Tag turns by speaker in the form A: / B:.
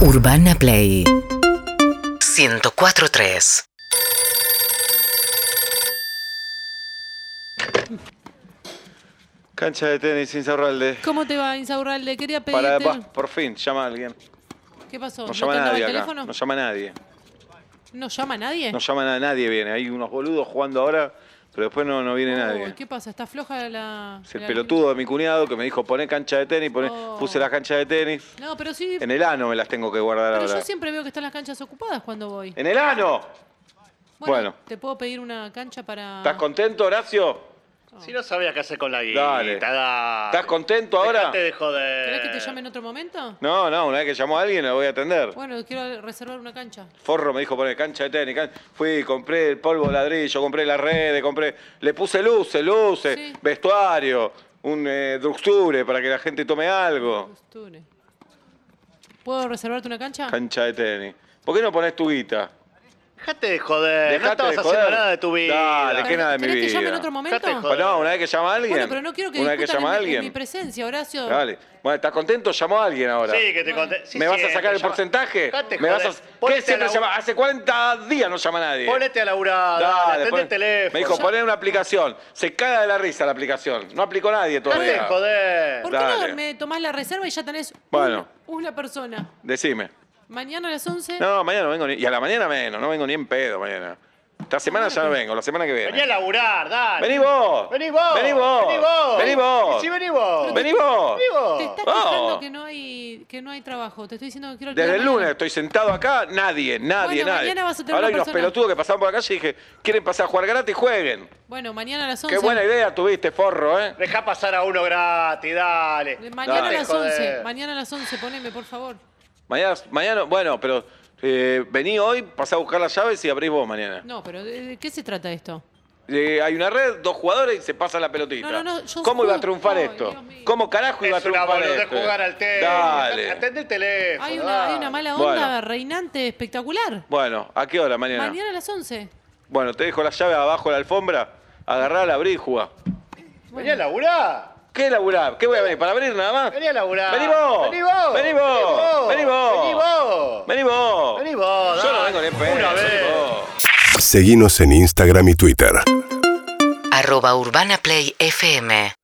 A: Urbana Play 104.3
B: Cancha de tenis, Insaurralde.
C: ¿Cómo te va, Insaurralde? Quería
B: Para,
C: pedirte...
B: va, por fin, llama a alguien.
C: ¿Qué pasó?
B: No llama
C: te andaba
B: nadie
C: el
B: acá.
C: teléfono? Eh.
B: No llama nadie.
C: ¿No llama nadie?
B: No llama nadie, nadie viene. Hay unos boludos jugando ahora, pero después no, no viene
C: Uy,
B: nadie.
C: Oh, ¿Qué pasa? ¿Está floja la...?
B: Es el
C: la-
B: pelotudo de mi cuñado que me dijo, poné cancha de tenis, poné...
C: Oh.
B: puse las canchas de tenis.
C: No, pero sí...
B: En el ano me las tengo que guardar
C: Pero
B: ahora.
C: yo siempre veo que están las canchas ocupadas cuando voy.
B: ¡En el ano! Eh, bueno.
C: ¿Te puedo pedir una cancha para...?
B: ¿Estás contento, Horacio?
D: Si no sabía qué hacer con la guita,
B: Dale.
D: dale.
B: ¿Estás contento ahora?
D: Ah, Dejate de joder.
C: ¿Querés que te llame en otro momento?
B: Eh. No, no, una vez que llamó a alguien la voy a atender.
C: Bueno, quiero reservar una cancha.
B: Forro me dijo poner cancha de tenis. can- Fui, compré el polvo ladrillo, compré las redes, compré. Le puse luces, luces,
C: Sí.
B: vestuario, un eh, druxture para que la gente tome algo.
C: Costure. ¿Puedo reservarte una cancha?
B: Cancha de tenis. ¿Por qué no pones tu guita?
D: Dejate de joder. no
B: Dejate de
D: estabas
B: joder.
D: haciendo nada de tu vida.
B: Dale,
C: Pero
B: que nada de mi
C: ¿querés que llame en
B: vida.
C: otro momento?
D: Dejate de joder.
B: Bueno, no, una vez que llama a alguien.
C: Bueno, pero no quiero que
B: Una vez que
C: discutan
B: llama a
C: en, mi, en
B: alguien.
C: mi presencia, Horacio.
B: Dale. Bueno, ¿estás contento? Llamó a alguien ahora.
D: Sí, que te conté. Sí,
B: ¿Me vas a
D: siempre
B: sacar el
D: llama.
B: porcentaje?
D: Dejate de
B: ¿Me vas
D: joder.
B: a... ¿Qué
D: Ponete
B: siempre
D: a
B: llama?
D: laburar.
B: Hace 40 días no llama nadie.
D: Ponete a laburar.
B: Dale,
D: Dale, atende
B: pon-
D: el teléfono.
B: Me dijo, poner una aplicación. Se caga de la risa la aplicación. No aplicó nadie
D: Dejate de
B: todavía.
D: joder.
C: ¿Por qué
B: Dale.
C: no me tomás la reserva y ya tenés un-
B: Bueno.
C: una persona?
B: Decime.
C: Mañana a las 11.
B: No, mañana no vengo ni. Y a la mañana menos, no vengo ni en pedo mañana. Esta semana ya no vengo, la semana que
D: Vení a
B: viene.
D: laburar, dale.
B: Vení vos.
D: Vení vos.
B: Vení vos.
D: Vení vos.
B: Vení vos.
D: Y Sí, vení vos.
B: Vení vos.
D: Vení vos.
C: Te estás
B: Oh.
C: quejando que no hay que no hay trabajo. Te estoy diciendo que quiero alquilar
B: Desde el
C: mañana.
B: lunes estoy sentado acá, nadie, nadie,
C: Bueno,
B: nadie.
C: mañana vas a tener
B: Ahora hay
C: una
B: unos
C: persona.
B: pelotudos que pasaban por la calle y dije, quieren pasar a jugar gratis, jueguen.
C: Bueno, mañana a las 11.
B: Qué buena idea tuviste, forro, ¿eh?
D: Dejá pasar a uno gratis, dale.
C: De Eh, Mañana
B: Dale.
C: a las
D: Joder.
C: 11. Mañana a las 11, poneme, por favor.
B: Mañana, mañana bueno, pero eh, vení hoy, pasá a buscar las llaves y abrís vos mañana.
C: No, pero ¿de de qué se trata esto?
B: Eh, hay una red, dos jugadores y se pasa la pelotita.
C: No, no, no, yo
B: ¿Cómo iba a
C: juego-
B: triunfar
C: Ay,
B: esto?
C: Dios mío.
B: ¿Cómo carajo iba a
D: Es una
B: triunfar
D: boludez
B: esto?
D: jugar al tenis.
B: Dale.
D: Atende el teléfono.
C: Hay una, hay
D: dale.
C: una mala onda
B: Bueno.
C: reinante espectacular.
B: Bueno, ¿a qué hora mañana?
C: Mañana a las 11.
B: Bueno, te dejo la llave abajo de la alfombra, agarrá, la abrí y jugá.
D: Vení a laburar.
B: ¿Qué laburar? ¿Qué voy a venir? ¿Para abrir nada más?
D: Vení a laburar.
B: Vení vos.
D: Vení vos.
B: Vení vos. Vení vos.
D: Vení vos.
B: Vení vos.
D: Vení vos,
B: Yo no
D: dale.
B: vengo ni en pedo,
D: Una
B: vení
D: vez.
B: vos.
E: Seguinos en Instagram y Twitter.
A: arroba urbanaplayfm